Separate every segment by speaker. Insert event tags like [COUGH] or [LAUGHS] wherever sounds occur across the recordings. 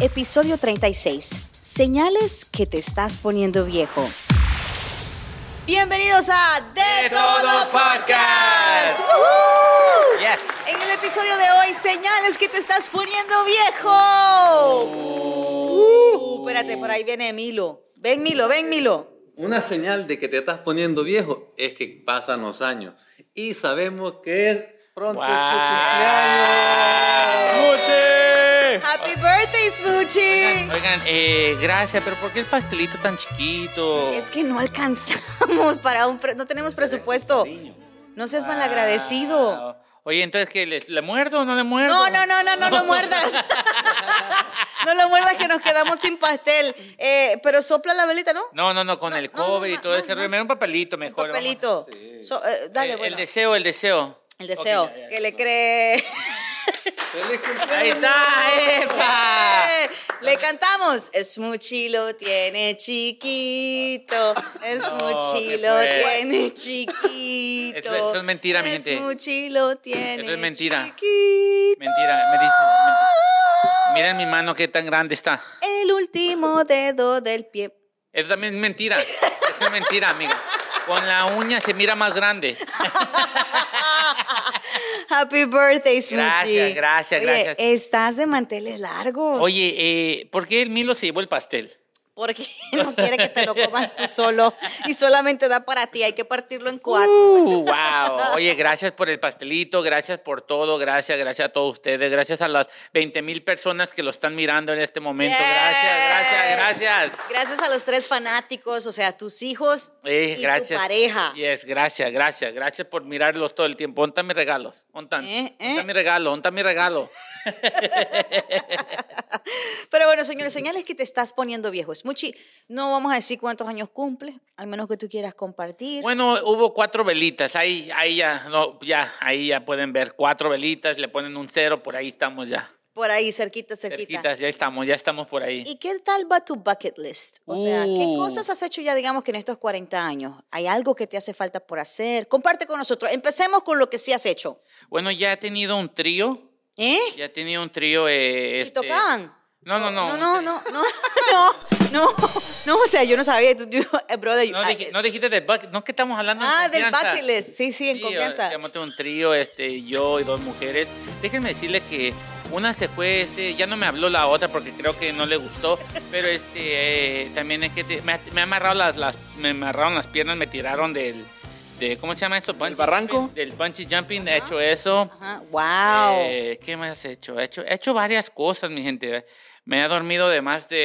Speaker 1: Episodio 36. Señales que te estás poniendo viejo. Bienvenidos a De,
Speaker 2: De Todo Podcast.
Speaker 1: ¡Woohoo!
Speaker 2: Yes.
Speaker 1: En el episodio de hoy, señales que te estás poniendo viejo. Uh, espérate, por ahí viene Milo. Ven, Milo, ven, Milo.
Speaker 2: Una señal de que te estás poniendo viejo es que pasan los años. Y sabemos que es pronto es tu cumpleaños.
Speaker 1: Happy birthday, Smoochie.
Speaker 3: Oigan, eh, gracias, pero ¿por qué el pastelito tan chiquito?
Speaker 1: Es que no alcanzamos para un. pre- no tenemos presupuesto. No seas malagradecido.
Speaker 3: Ah, Oye, entonces, ¿qué, les- ¿le muerdo o no le muerdo?
Speaker 1: No, no, no, no, no lo muerdas.
Speaker 3: [LAUGHS]
Speaker 1: No lo muerdas que nos quedamos sin pastel. Eh, pero sopla la velita, ¿no?
Speaker 3: No, no, no, con el
Speaker 1: no,
Speaker 3: COVID
Speaker 1: no,
Speaker 3: y todo
Speaker 1: no,
Speaker 3: ese
Speaker 1: no.
Speaker 3: rollo. Mira, un papelito mejor. vamos.
Speaker 1: Papelito. So- eh,
Speaker 3: Eh,
Speaker 1: dale,
Speaker 3: el,
Speaker 1: bueno.
Speaker 3: deseo, el deseo.
Speaker 1: El deseo.
Speaker 3: Ok, ya, ya.
Speaker 1: que le cree.
Speaker 3: [LAUGHS]
Speaker 2: ¡Feliz cumpleaños!
Speaker 3: Ahí está, Ah, epa.
Speaker 1: Eh, [LAUGHS] Le cantamos. Smoochie lo tiene chiquito. Smoochie
Speaker 3: qué
Speaker 1: lo
Speaker 3: pues.
Speaker 1: tiene chiquito.
Speaker 3: Eso- eso es mentira, mi gente.
Speaker 1: Smoochie lo tiene
Speaker 3: Eso es mentira.
Speaker 1: chiquito.
Speaker 3: Mentira, me dice. menti- Mira en mi mano qué tan grande está.
Speaker 1: El último dedo del pie.
Speaker 3: Eso también es mentira. Eso es mentira, amigo. Con la uña se mira más grande.
Speaker 1: Happy birthday, Smoochie.
Speaker 3: Gracias, gracias,
Speaker 1: Oye,
Speaker 3: gracias.
Speaker 1: Estás de manteles largos.
Speaker 3: Oye, eh, ¿por qué el Milo se llevó el pastel?
Speaker 1: Porque [LAUGHS] no quiere que te lo comas tú solo y solamente da para ti. Hay que partirlo en cuatro.
Speaker 3: Uh, wow. Oye, gracias por el pastelito, gracias por todo, gracias, gracias a todos ustedes, gracias a las 20 mil personas que lo están mirando en este momento.
Speaker 1: Yeah.
Speaker 3: Gracias, gracias, gracias.
Speaker 1: Gracias a los tres fanáticos, o sea, tus hijos
Speaker 3: Eh,
Speaker 1: y
Speaker 3: gracias.
Speaker 1: tu pareja.
Speaker 3: Yes, gracias, gracias, gracias por mirarlos todo el tiempo. ¿Dónde están mis regalos? ¿Dónde están?
Speaker 1: Eh, eh.
Speaker 3: ¿Dónde está mi regalo? ¿Dónde está mi regalo?
Speaker 1: Pero bueno, señores, señales que te estás poniendo viejo. Es muchi. No vamos a decir cuántos años cumple, al menos que tú quieras compartir.
Speaker 3: Bueno, hubo cuatro velitas. Ahí, ahí ya, no, ya, ahí ya pueden ver cuatro velitas. Le ponen un cero, por ahí estamos ya.
Speaker 1: por ahí, cerquita, cerquita.
Speaker 3: Cerquitas, ya estamos, ya estamos por ahí.
Speaker 1: ¿Y qué tal va tu bucket list? O sea, ¿qué
Speaker 3: Uh.
Speaker 1: cosas has hecho ya, digamos, que en estos 40 años? ¿Hay algo que te hace falta por hacer? Comparte con nosotros. Empecemos con lo que sí has hecho.
Speaker 3: Bueno, ya he tenido un trío.
Speaker 1: ¿Eh?
Speaker 3: Ya tenía un trío. Eh,
Speaker 1: ¿Y
Speaker 3: este-
Speaker 1: tocaban?
Speaker 3: No, no, no.
Speaker 1: No, no, no, no, [LAUGHS] no, no, no, o sea, yo no sabía, tú, tú, eh, brother,
Speaker 3: No,
Speaker 1: ah,
Speaker 3: dij- no dijiste del bucket. No es que estamos hablando en
Speaker 1: ah, del
Speaker 3: confianza.
Speaker 1: bucket list, sí, sí, en
Speaker 3: Sí,
Speaker 1: confianza.
Speaker 3: ya monté un trío, este, yo y dos mujeres. Déjenme decirles que una se fue, este, ya no me habló la otra porque creo que no le gustó, pero este, eh, también es que te- me, me amarraron las, las, me amarraron las piernas, me tiraron del, de, ¿cómo se llama esto? Bungee
Speaker 4: barranco?
Speaker 3: jumping, del bungee jumping, he hecho eso.
Speaker 1: Ajá, wow.
Speaker 3: Eh, ¿Qué más he hecho? He hecho? he hecho varias cosas, mi gente. Me he dormido de más de,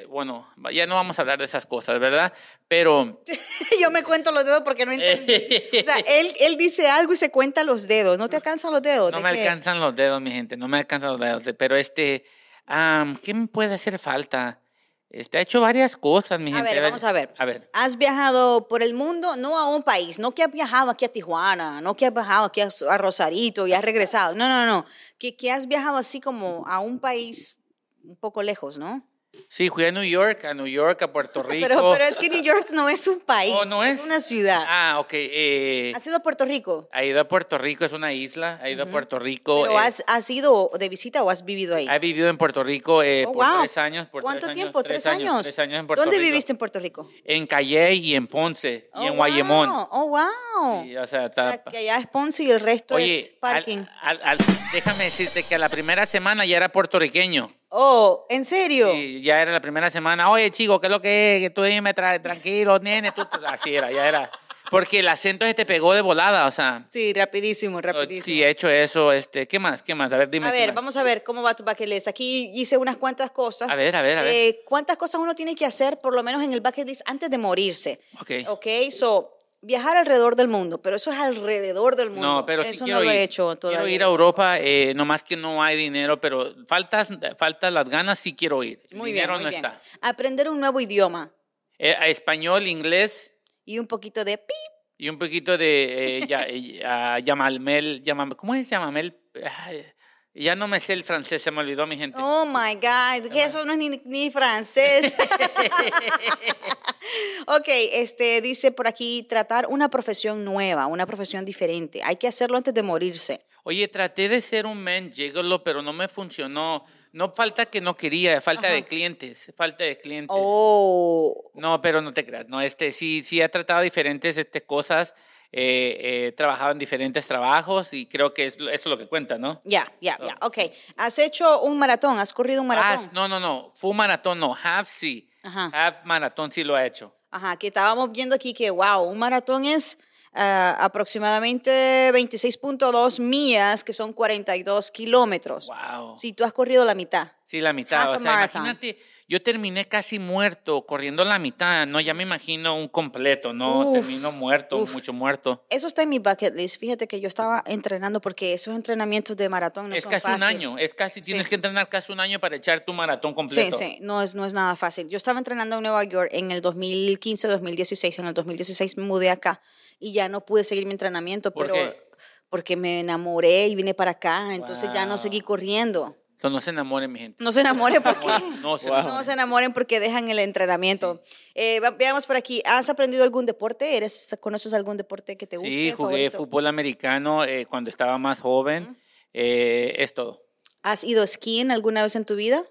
Speaker 3: de- Bueno, ya no vamos a hablar de esas cosas, ¿verdad? Pero...
Speaker 1: [LAUGHS]
Speaker 3: eh,
Speaker 1: yo me cuento los dedos porque no
Speaker 3: [LAUGHS]
Speaker 1: entiendo. [LAUGHS] O sea, él, él dice algo y se cuenta los dedos, ¿no te alcanzan los dedos?
Speaker 3: no
Speaker 1: ¿De
Speaker 3: me
Speaker 1: qué?
Speaker 3: alcanzan los dedos, mi gente. No me alcanzan los dedos. Pero este... am, ¿Qué me puede hacer falta? Este, he hecho varias cosas, mi
Speaker 1: A
Speaker 3: gente.
Speaker 1: ver, vamos a ver.
Speaker 3: A ver.
Speaker 1: Has viajado por el mundo, no a un país, no que has viajado aquí a Tijuana, no que has viajado aquí a, a Rosarito y has regresado, no, no, no, que, que has viajado así como a un país un poco lejos, ¿no?
Speaker 3: Sí, fui a New York, a New York, a Puerto Rico.
Speaker 1: [LAUGHS] Pero, pero es que New York no es un país,
Speaker 3: Oh, ¿no
Speaker 1: es?
Speaker 3: es?
Speaker 1: una ciudad.
Speaker 3: Ah, ok. Eh,
Speaker 1: ¿Has ido a Puerto Rico?
Speaker 3: he ido a Puerto Rico, es una isla. He ido a Puerto Rico.
Speaker 1: ¿Pero
Speaker 3: eh,
Speaker 1: has, has ido de visita o has vivido ahí?
Speaker 3: He vivido en Puerto Rico eh,
Speaker 1: Oh,
Speaker 3: por
Speaker 1: wow.
Speaker 3: tres años. por
Speaker 1: ¿Cuánto
Speaker 3: tres años,
Speaker 1: tiempo? ¿Tres, años?
Speaker 3: Tres años en Puerto
Speaker 1: ¿Dónde
Speaker 3: Rico.
Speaker 1: viviste en Puerto Rico?
Speaker 3: En Calle y en Ponce y
Speaker 1: Oh,
Speaker 3: en Guayemón.
Speaker 1: wow. Oh, wow.
Speaker 3: Sí, o sea,
Speaker 1: O sea,
Speaker 3: está-
Speaker 1: que allá es Ponce y el resto es
Speaker 3: Oye, al-
Speaker 1: parking.
Speaker 3: al- al- déjame decirte que a la primera semana ya era puertorriqueño.
Speaker 1: Oh, ¿en serio?
Speaker 3: Sí, ya era la primera semana. Oye, chico, ¿qué es lo que es? Que tú dime tra- tranquilo, nene. Tú, [LAUGHS] así era, ya era. Porque el acento se te pegó de volada, o sea.
Speaker 1: Sí, rapidísimo, rapidísimo.
Speaker 3: Sí, he hecho eso. Este, ¿Qué más? ¿Qué más? A ver, dime.
Speaker 1: a
Speaker 3: ¿qué
Speaker 1: ver,
Speaker 3: más?
Speaker 1: vamos a ver cómo va tu bucket list. Aquí hice unas cuantas cosas.
Speaker 3: A ver, a ver, a ver.
Speaker 1: Eh, ¿Cuántas cosas uno tiene que hacer, por lo menos en el bucket list, antes de morirse?
Speaker 3: Ok.
Speaker 1: Ok, so, viajar alrededor del mundo, pero eso es alrededor del mundo.
Speaker 3: No, pero sí
Speaker 1: eso
Speaker 3: quiero
Speaker 1: no lo
Speaker 3: ir.
Speaker 1: he hecho todavía.
Speaker 3: Quiero ir a Europa, eh, nomás que no hay dinero, pero faltas, faltas las ganas, sí quiero ir. El
Speaker 1: Muy bien,
Speaker 3: dinero
Speaker 1: muy
Speaker 3: no
Speaker 1: bien.
Speaker 3: está.
Speaker 1: Aprender un nuevo idioma
Speaker 3: Eh, a español, inglés
Speaker 1: y un poquito de pi.
Speaker 3: y un poquito de eh, ya- eh, ah, yamalmel, yamam- ¿cómo es yamalmel? Ay, ya no me sé el francés, se me olvidó mi gente.
Speaker 1: Oh my God, que eso no es ni, ni francés. [LAUGHS] Ok, este, dice por aquí, tratar una profesión nueva, una profesión diferente. Hay que hacerlo antes de morirse.
Speaker 3: Oye, traté de ser un man gigolo, pero no me funcionó. No falta que no quería, falta de clientes, falta de clientes.
Speaker 1: Oh,
Speaker 3: No, pero no te creas, no, este sí, sí ha tratado diferentes este, cosas, eh, eh, he trabajado en diferentes trabajos y creo que es, eso es lo que cuenta, ¿no?
Speaker 1: ya, ya, ya. Ok, has hecho un maratón, has corrido un maratón.
Speaker 3: Ah, no, no, no, full maratón, no, half sí,
Speaker 1: Ajá.
Speaker 3: half maratón sí lo ha hecho.
Speaker 1: Ajá, que estábamos viendo aquí que, wow, un maratón es ah, aproximadamente 26.2 millas, que son 42 kilómetros.
Speaker 3: Wow. Sí,
Speaker 1: Si tú has corrido la mitad.
Speaker 3: la mitad,
Speaker 1: Half
Speaker 3: o
Speaker 1: a
Speaker 3: sea,
Speaker 1: marathon.
Speaker 3: imagínate, yo terminé casi muerto corriendo la mitad, no, ya me imagino un completo, no,
Speaker 1: Uf,
Speaker 3: termino muerto,
Speaker 1: uf.
Speaker 3: mucho muerto.
Speaker 1: Eso está en mi bucket list. Fíjate que yo estaba entrenando porque esos entrenamientos de maratón no
Speaker 3: es
Speaker 1: son
Speaker 3: casi un
Speaker 1: fácil.
Speaker 3: año, es casi,
Speaker 1: Sí.
Speaker 3: tienes que entrenar casi un año para echar tu maratón
Speaker 1: Sí,
Speaker 3: completo.
Speaker 1: sí, no es, no es nada fácil. Yo estaba entrenando en Nueva York en el 2015, 2016. En el 2016 me mudé acá y ya no pude seguir mi entrenamiento,
Speaker 3: ¿Por
Speaker 1: pero
Speaker 3: qué?
Speaker 1: porque me enamoré y vine para acá, entonces ya no
Speaker 3: Wow.
Speaker 1: seguí corriendo.
Speaker 3: So, no se enamoren, mi gente.
Speaker 1: No se enamoren porque
Speaker 3: [LAUGHS] No se
Speaker 4: Wow.
Speaker 3: enamoren.
Speaker 1: no se enamoren porque dejan el entrenamiento. Eh, va- veamos por aquí. ¿Has aprendido algún deporte? ¿Eres conoces algún deporte que te guste?
Speaker 3: Sí, jugué
Speaker 1: favorito?
Speaker 3: fútbol americano eh, cuando estaba más joven. Eh, es todo.
Speaker 1: ¿Has ido a esquín alguna vez en tu vida?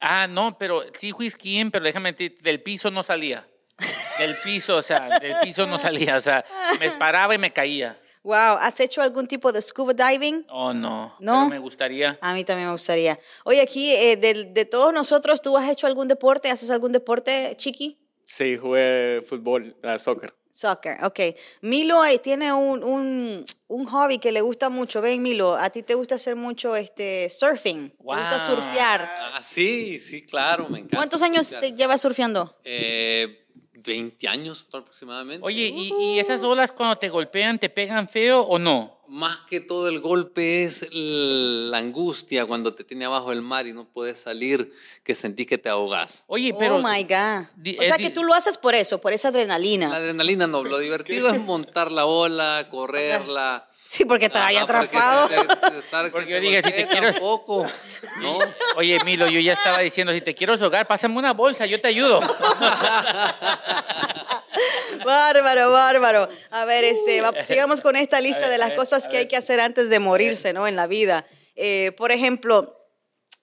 Speaker 3: Ah, no, pero sí fui esquín, pero déjame decir, del piso no salía. Del piso, o sea, del piso no salía. O sea, me paraba y me caía.
Speaker 1: Wow, ¿has hecho algún tipo de scuba diving?
Speaker 3: Oh, no.
Speaker 1: No.
Speaker 3: Pero me gustaría.
Speaker 1: A mí también me gustaría. Oye, aquí eh, del- de, todos nosotros, ¿tú has hecho algún deporte? ¿Haces algún deporte, Chiqui?
Speaker 4: Sí, jugué fútbol, eh, soccer.
Speaker 1: Soccer, ok. Milo eh, tiene un, un, un hobby que le gusta mucho. Ven, Milo, a ti te gusta hacer mucho este surfing. Te gusta
Speaker 3: Wow.
Speaker 1: surfear.
Speaker 2: Ah, sí, sí, claro, me encanta.
Speaker 1: ¿Cuántos años te llevas surfeando?
Speaker 2: Eh, 20 años aproximadamente.
Speaker 3: Oye, ¿y, y esas olas cuando te golpean te pegan feo o no?
Speaker 2: Más que todo el golpe es l- la angustia cuando te tiene abajo el mar y no puedes salir, que sentís que te ahogás.
Speaker 3: Oye, pero.
Speaker 1: oh my God.
Speaker 3: di-
Speaker 1: o
Speaker 3: es
Speaker 1: sea
Speaker 3: di-
Speaker 1: que tú lo haces por eso, por esa
Speaker 2: La
Speaker 1: adrenalina.
Speaker 2: adrenalina no, lo divertido es montar la ola, correrla.
Speaker 1: Sí,
Speaker 3: Ah,
Speaker 1: porque te vaya
Speaker 2: Ajá, Ah, porque
Speaker 1: atrapado.
Speaker 2: te- te- estar que
Speaker 3: Porque
Speaker 2: te
Speaker 3: yo dije, si te
Speaker 2: golpee
Speaker 3: quiero-
Speaker 2: tampoco, ¿no?
Speaker 3: Oye, Milo, yo ya estaba diciendo, si te quiero hogar, pásame una bolsa, yo te ayudo.
Speaker 1: Bárbaro, bárbaro. A ver, este,
Speaker 3: [LAUGHS]
Speaker 1: va- sigamos con esta lista
Speaker 3: ver,
Speaker 1: de
Speaker 3: a
Speaker 1: las
Speaker 3: ver,
Speaker 1: cosas
Speaker 3: a
Speaker 1: que hay
Speaker 3: ver.
Speaker 1: que hacer antes de morirse, ¿no? En la vida. Eh, por ejemplo,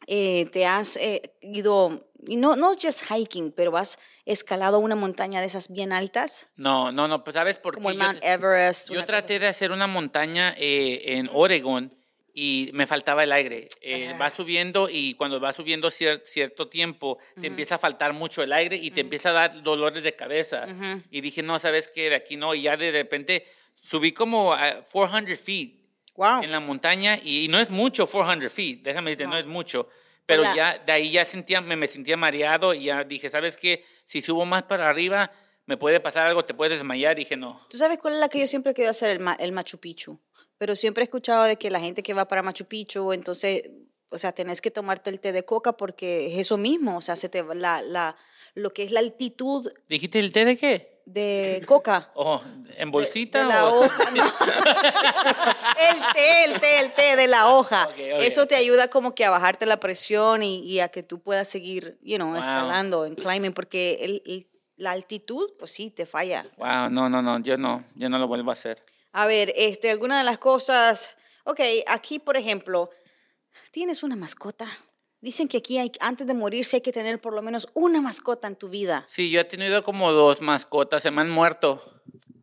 Speaker 1: eh, te has eh, ido, y no, no just hiking, pero has escalado una montaña de esas bien altas,
Speaker 3: No, no, no, pues ¿sabes por
Speaker 1: como
Speaker 3: qué?
Speaker 1: el
Speaker 3: Yo-
Speaker 1: Mount Everest.
Speaker 3: Yo
Speaker 1: una
Speaker 3: traté
Speaker 1: cosa
Speaker 3: de hacer una montaña eh, en Oregon y me faltaba el aire. Eh,
Speaker 1: Ah.
Speaker 3: Va subiendo y cuando va subiendo cier- cierto tiempo te empieza a faltar mucho el aire y te empieza a dar dolores de cabeza.
Speaker 1: Ujú.
Speaker 3: Y dije, no, ¿sabes qué? De aquí no. Y ya de repente subí como a 400 feet
Speaker 1: así. Wow.
Speaker 3: en la montaña y, y no es mucho 400 feet, déjame decirte, no,
Speaker 1: No.
Speaker 3: es mucho. Pero
Speaker 1: Hola.
Speaker 3: ya de ahí ya sentía, me, me sentía mareado y ya dije, ¿sabes qué? Si subo más para arriba me puede pasar algo, te puedes desmayar. Y dije, no.
Speaker 1: ¿Tú sabes cuál es la que yo siempre quiero hacer? El, Ma- el Machu Picchu. Pero siempre he escuchado de que la gente que va para Machu Picchu, entonces, o sea, tenés que tomarte el té de coca porque es eso mismo, o sea, se te va la, la, lo que es la altitud
Speaker 3: ¿Dijiste el té de qué? [LAUGHS]
Speaker 1: de coca.
Speaker 3: Oh, ¿En
Speaker 1: de-
Speaker 3: bolsita?
Speaker 1: de la
Speaker 3: o-
Speaker 1: hoja, no. El té, el té, el té de la hoja.
Speaker 3: Ok, ok.
Speaker 1: Eso te ayuda como que a bajarte la presión y, y a que tú puedas seguir, you know,
Speaker 3: Wow.
Speaker 1: escalando en climbing, porque el- el- la altitud, pues sí, te falla.
Speaker 3: Wow, no, no, no, yo no, yo no lo vuelvo a hacer.
Speaker 1: A ver, este, alguna de las cosas. Ok, aquí, por ejemplo, tienes una mascota. Dicen que aquí hay, antes de morirse hay que tener por lo menos una mascota en tu vida.
Speaker 3: Sí, yo he tenido como dos mascotas, se me han muerto,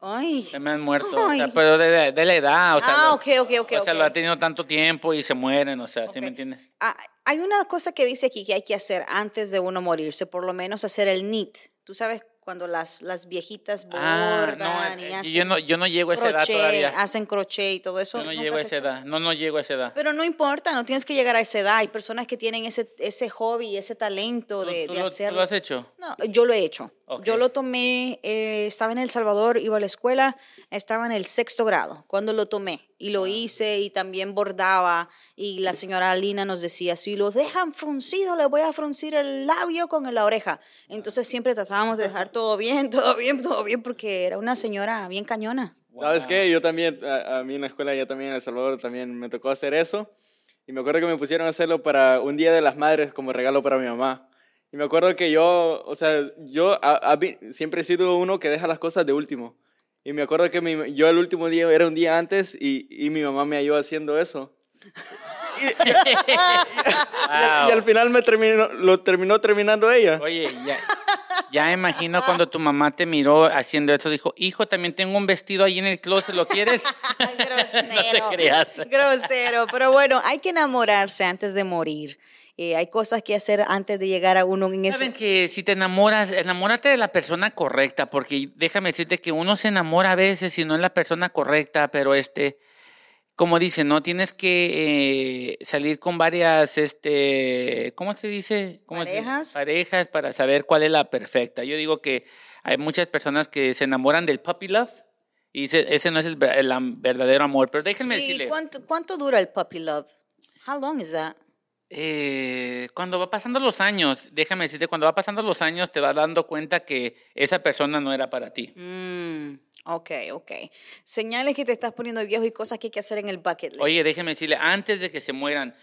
Speaker 1: Ay.
Speaker 3: se me han muerto, o sea,
Speaker 1: Ay.
Speaker 3: pero de, la- de la edad, o sea.
Speaker 1: Ah,
Speaker 3: lo-
Speaker 1: ok, ok, ok,
Speaker 3: O sea,
Speaker 1: ok.
Speaker 3: lo ha tenido tanto tiempo y se mueren, o sea, ¿sí
Speaker 1: Ok.
Speaker 3: me entiendes?
Speaker 1: Ah, hay una cosa que dice aquí que hay que hacer antes de uno morirse, por lo menos hacer el NEAT. Tú sabes cuando las, las viejitas
Speaker 3: Ah,
Speaker 1: bordan
Speaker 3: no,
Speaker 1: y
Speaker 3: eh,
Speaker 1: hacen
Speaker 3: yo no, yo no llego a esa edad
Speaker 1: crochet,
Speaker 3: todavía.
Speaker 1: hacen crochet y todo eso.
Speaker 3: Yo no
Speaker 1: ¿Nunca
Speaker 3: llego a
Speaker 1: has
Speaker 3: esa
Speaker 1: hecho?
Speaker 3: edad, no, no llego a esa edad.
Speaker 1: Pero no importa, no tienes que llegar a esa edad. Hay personas que tienen ese, ese hobby, ese talento de,
Speaker 3: ¿Tú,
Speaker 1: de
Speaker 3: lo, tú
Speaker 1: hacerlo.
Speaker 3: lo has hecho?
Speaker 1: No, yo lo he hecho.
Speaker 3: Ok.
Speaker 1: Yo lo tomé, eh, estaba en El Salvador, iba a la escuela, estaba en el sexto grado cuando lo tomé y
Speaker 3: Ah.
Speaker 1: lo hice y también bordaba y la señora Lina nos decía, si lo dejan fruncido, le voy a fruncir el labio con la oreja.
Speaker 3: Ah,
Speaker 1: Entonces siempre tratábamos de dejar todo bien, [LAUGHS] todo bien, todo bien, porque era una señora bien cañona.
Speaker 4: ¿Sabes qué? Yo también, a, a mí en la escuela, ya también en El Salvador, también me tocó hacer eso. Y me acuerdo que me pusieron a hacerlo para un Día de las Madres como regalo para mi mamá. Y me acuerdo que yo, o sea, yo a- a vi- siempre he sido uno que deja las cosas de último. Y me acuerdo que mi- yo el último día era un día antes y, y mi mamá me ayudó haciendo eso. Y al final me terminó, lo terminó terminando ella.
Speaker 3: Oye,
Speaker 1: [LAUGHS]
Speaker 3: ya, ya imagino cuando tu mamá te miró haciendo eso, dijo, hijo, también tengo un vestido ahí en el closet, ¿lo quieres?
Speaker 1: grosero.
Speaker 3: No te creas.
Speaker 1: Grosero, pero bueno, hay que enamorarse antes de morir. Eh, hay cosas que hacer antes de llegar a uno en eso.
Speaker 3: Saben que si te enamoras, enamórate de la persona correcta, porque déjame decirte que uno se enamora a veces y no es la persona correcta, pero este, como dicen, no tienes que eh, salir con varias, este, ¿cómo se dice? ¿Cómo se dice?
Speaker 1: Parejas.
Speaker 3: Parejas para saber cuál es la perfecta. Yo digo que hay muchas personas que se enamoran del puppy love y dice, ese no es el, ver- el am- verdadero amor, pero déjenme
Speaker 1: ¿Y
Speaker 3: decirle.
Speaker 1: cuánto, cuánto dura el puppy love? How long is that?
Speaker 3: Eh, cuando va pasando los años, déjame decirte, cuando va pasando los años te vas dando cuenta que esa persona no era para ti.
Speaker 1: Mm, ok, ok. Señales que te estás poniendo viejo y cosas que hay que hacer en el bucket list.
Speaker 3: Oye, déjame decirle, antes de que se mueran,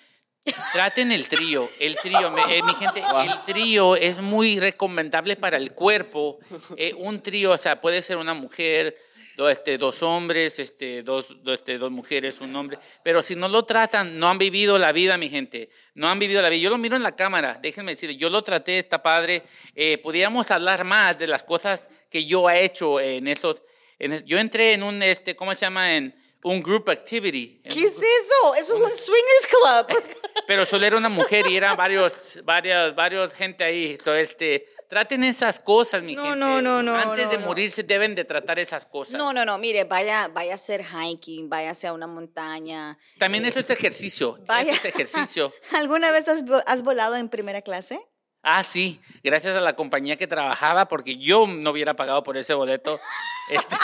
Speaker 3: traten el trío. El trío, me- eh, mi gente, el trío es muy recomendable para el cuerpo. Eh, un trío, o sea, puede ser una mujer, do- este, dos hombres, este, dos, do- este, dos mujeres, un hombre. Pero si no lo tratan, no han vivido la vida, mi gente. No han vivido la vida. Yo lo miro en la cámara, déjenme decirle, yo lo traté, está padre. Eh, podríamos hablar más de las cosas que yo he hecho en esos... en es- yo entré en un, este, ¿cómo se llama? En un group activity. en
Speaker 1: ¿Qué
Speaker 3: un
Speaker 1: es eso? Eso es un swingers
Speaker 3: [LAUGHS]
Speaker 1: club.
Speaker 3: pero solo era una mujer y eran varios, varias, varios gente ahí. Entonces, este, traten esas cosas, mi
Speaker 1: No,
Speaker 3: gente.
Speaker 1: no, no, no,
Speaker 3: Antes
Speaker 1: no,
Speaker 3: de
Speaker 1: no.
Speaker 3: morirse deben de tratar esas cosas.
Speaker 1: No, no, no, mire, vaya, vaya a hacer hiking, vaya a una montaña.
Speaker 3: También eso es este ejercicio.
Speaker 1: Vaya.
Speaker 3: Eso es este ejercicio.
Speaker 1: ¿Alguna vez has, vo- has volado en primera clase?
Speaker 3: Ah, sí, gracias a la compañía que trabajaba, porque yo no hubiera pagado por
Speaker 1: [LAUGHS]
Speaker 3: ese boleto. Este,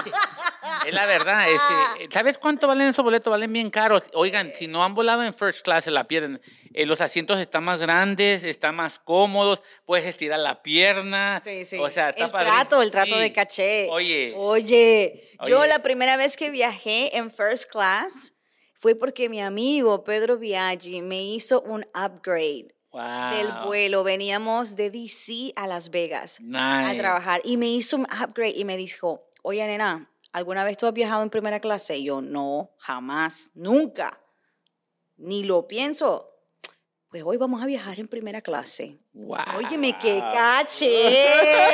Speaker 3: es la verdad. este, ¿Sabes cuánto valen esos boletos? Valen bien caros. Oigan, si no han volado en first class, se la pierden. Eh, los asientos están más grandes, están más cómodos, puedes estirar la pierna.
Speaker 1: Sí, sí.
Speaker 3: O sea, está
Speaker 1: el
Speaker 3: padrísimo.
Speaker 1: trato, el trato
Speaker 3: Sí.
Speaker 1: de caché.
Speaker 3: Oye.
Speaker 1: Oye, yo
Speaker 3: Oye.
Speaker 1: la primera vez que viajé en first class fue porque mi amigo Pedro Viaggi me hizo un upgrade
Speaker 3: Wow.
Speaker 1: del vuelo. Veníamos de DC a Las Vegas a
Speaker 3: Nice.
Speaker 1: trabajar y me hizo un upgrade y me dijo, oye nena, ¿alguna vez tú has viajado en primera clase? Y yo, no, jamás, nunca, ni lo pienso. Pues hoy vamos a viajar en primera clase.
Speaker 3: Wow.
Speaker 1: Óyeme, qué
Speaker 3: Eso también es
Speaker 1: caché.
Speaker 3: verdad, Ah,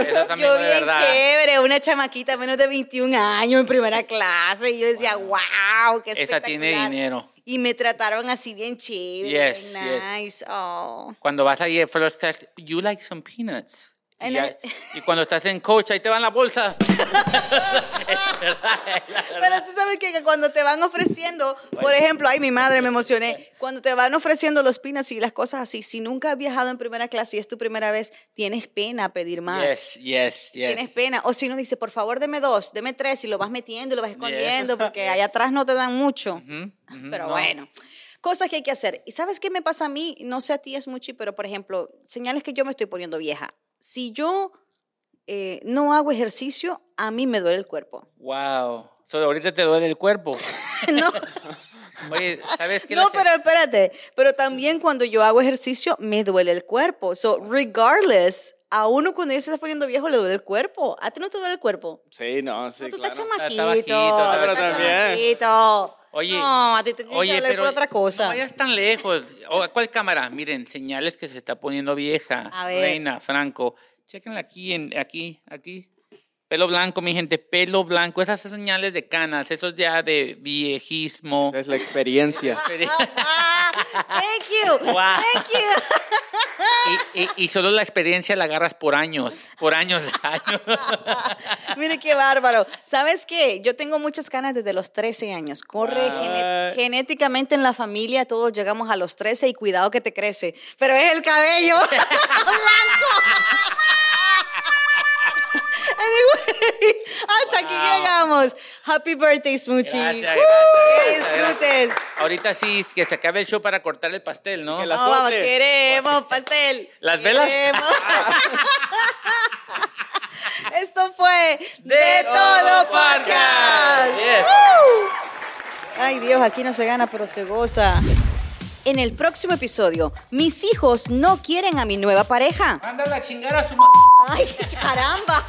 Speaker 3: [LAUGHS] eso también
Speaker 1: Yo
Speaker 3: es
Speaker 1: bien
Speaker 3: verdad.
Speaker 1: chévere, una chamaquita menos de 21 años en primera clase. Y yo decía, wow, qué
Speaker 3: Esa
Speaker 1: espectacular.
Speaker 3: tiene dinero.
Speaker 1: Y me trataron así bien chévere,
Speaker 3: Yes,
Speaker 1: bien
Speaker 3: yes.
Speaker 1: nice. Oh.
Speaker 3: Cuando vas ahí en first class, you like some peanuts. Y,
Speaker 1: And
Speaker 3: ya- y cuando estás en coach, ahí te van la bolsa.
Speaker 1: Pero tú sabes que que cuando te van ofreciendo, por ejemplo, ay, mi madre, me emocioné. Cuando te van ofreciendo los pinas y las cosas así, si nunca has viajado en primera clase y es tu primera vez, tienes pena pedir [LAUGHS] más.
Speaker 3: Yes, yes, yes.
Speaker 1: tienes pena. O si uno dice, por favor, deme dos, deme tres, y lo vas metiendo y lo vas escondiendo,
Speaker 3: [LAUGHS]
Speaker 1: porque allá atrás no te dan mucho. Ah, Pero
Speaker 3: no.
Speaker 1: bueno, cosas que hay que hacer. ¿Y sabes qué me pasa a mí? No sé a ti, es mucho, pero por ejemplo, señales que yo me estoy poniendo vieja. Si yo eh, no hago ejercicio, a mí me duele el cuerpo. [LAUGHS]
Speaker 3: Wow. So, ahorita te duele el cuerpo.
Speaker 1: no,
Speaker 3: Oye, ¿sabes
Speaker 1: [LAUGHS]
Speaker 3: qué?
Speaker 1: no
Speaker 3: Las-
Speaker 1: pero espérate. Pero también cuando yo hago ejercicio, me duele el cuerpo. So, regardless, a uno cuando ya se está poniendo viejo le duele el cuerpo. ¿A ti no te duele el cuerpo?
Speaker 4: Sí, no, sí,
Speaker 1: No, tú
Speaker 4: claro.
Speaker 1: estás chamaquito.
Speaker 3: Está- está bajito,
Speaker 1: tú
Speaker 3: pero
Speaker 1: estás
Speaker 4: también.
Speaker 1: chamaquito.
Speaker 3: Oye,
Speaker 1: no, a ti te tiene que
Speaker 3: Oye,
Speaker 1: hablar
Speaker 3: pero
Speaker 1: por otra cosa.
Speaker 3: no vayas tan lejos. O, ¿Cuál cámara? Miren, señales que se está poniendo vieja.
Speaker 1: A ver.
Speaker 3: Reina, Franco. Chequenla aquí, en, aquí, aquí. Pelo blanco, mi gente, pelo blanco. Esas son señales de canas, eso es ya de viejismo. [LAUGHS]
Speaker 4: Esa es la experiencia.
Speaker 1: [LAUGHS] Ah, thank
Speaker 3: [LAUGHS]
Speaker 1: you.
Speaker 3: Wow.
Speaker 1: Thank you. [LAUGHS]
Speaker 3: Y, y- y solo la experiencia la agarras por años, por años, años.
Speaker 1: Mire qué bárbaro. ¿Sabes qué? Yo tengo muchas canas desde los 13 años. Corre
Speaker 4: Wow.
Speaker 1: gene- genéticamente en la familia, todos llegamos a los 13 y cuidado que te crece. Pero es el cabello [LAUGHS] blanco. [LAUGHS] Anyway, hasta aquí
Speaker 3: Wow.
Speaker 1: llegamos. Happy birthday, Smoochie.
Speaker 3: Gracias,
Speaker 1: Woo,
Speaker 3: gracias, gracias.
Speaker 1: disfrutes.
Speaker 3: Ahorita sí, que se acabe el show para cortar el pastel, ¿no?
Speaker 4: Que la-
Speaker 1: No, vamos,
Speaker 4: azote.
Speaker 1: queremos pastel.
Speaker 3: ¿Las velas?
Speaker 1: Queremos. Esto fue De, Todo Podcast.
Speaker 3: Yes.
Speaker 1: ¡Woo! Ay Dios, aquí no se gana, pero se goza. en el próximo episodio. Mis hijos no quieren a mi nueva pareja.
Speaker 3: Mándala a chingar a su ma...
Speaker 1: ¡Ay, caramba!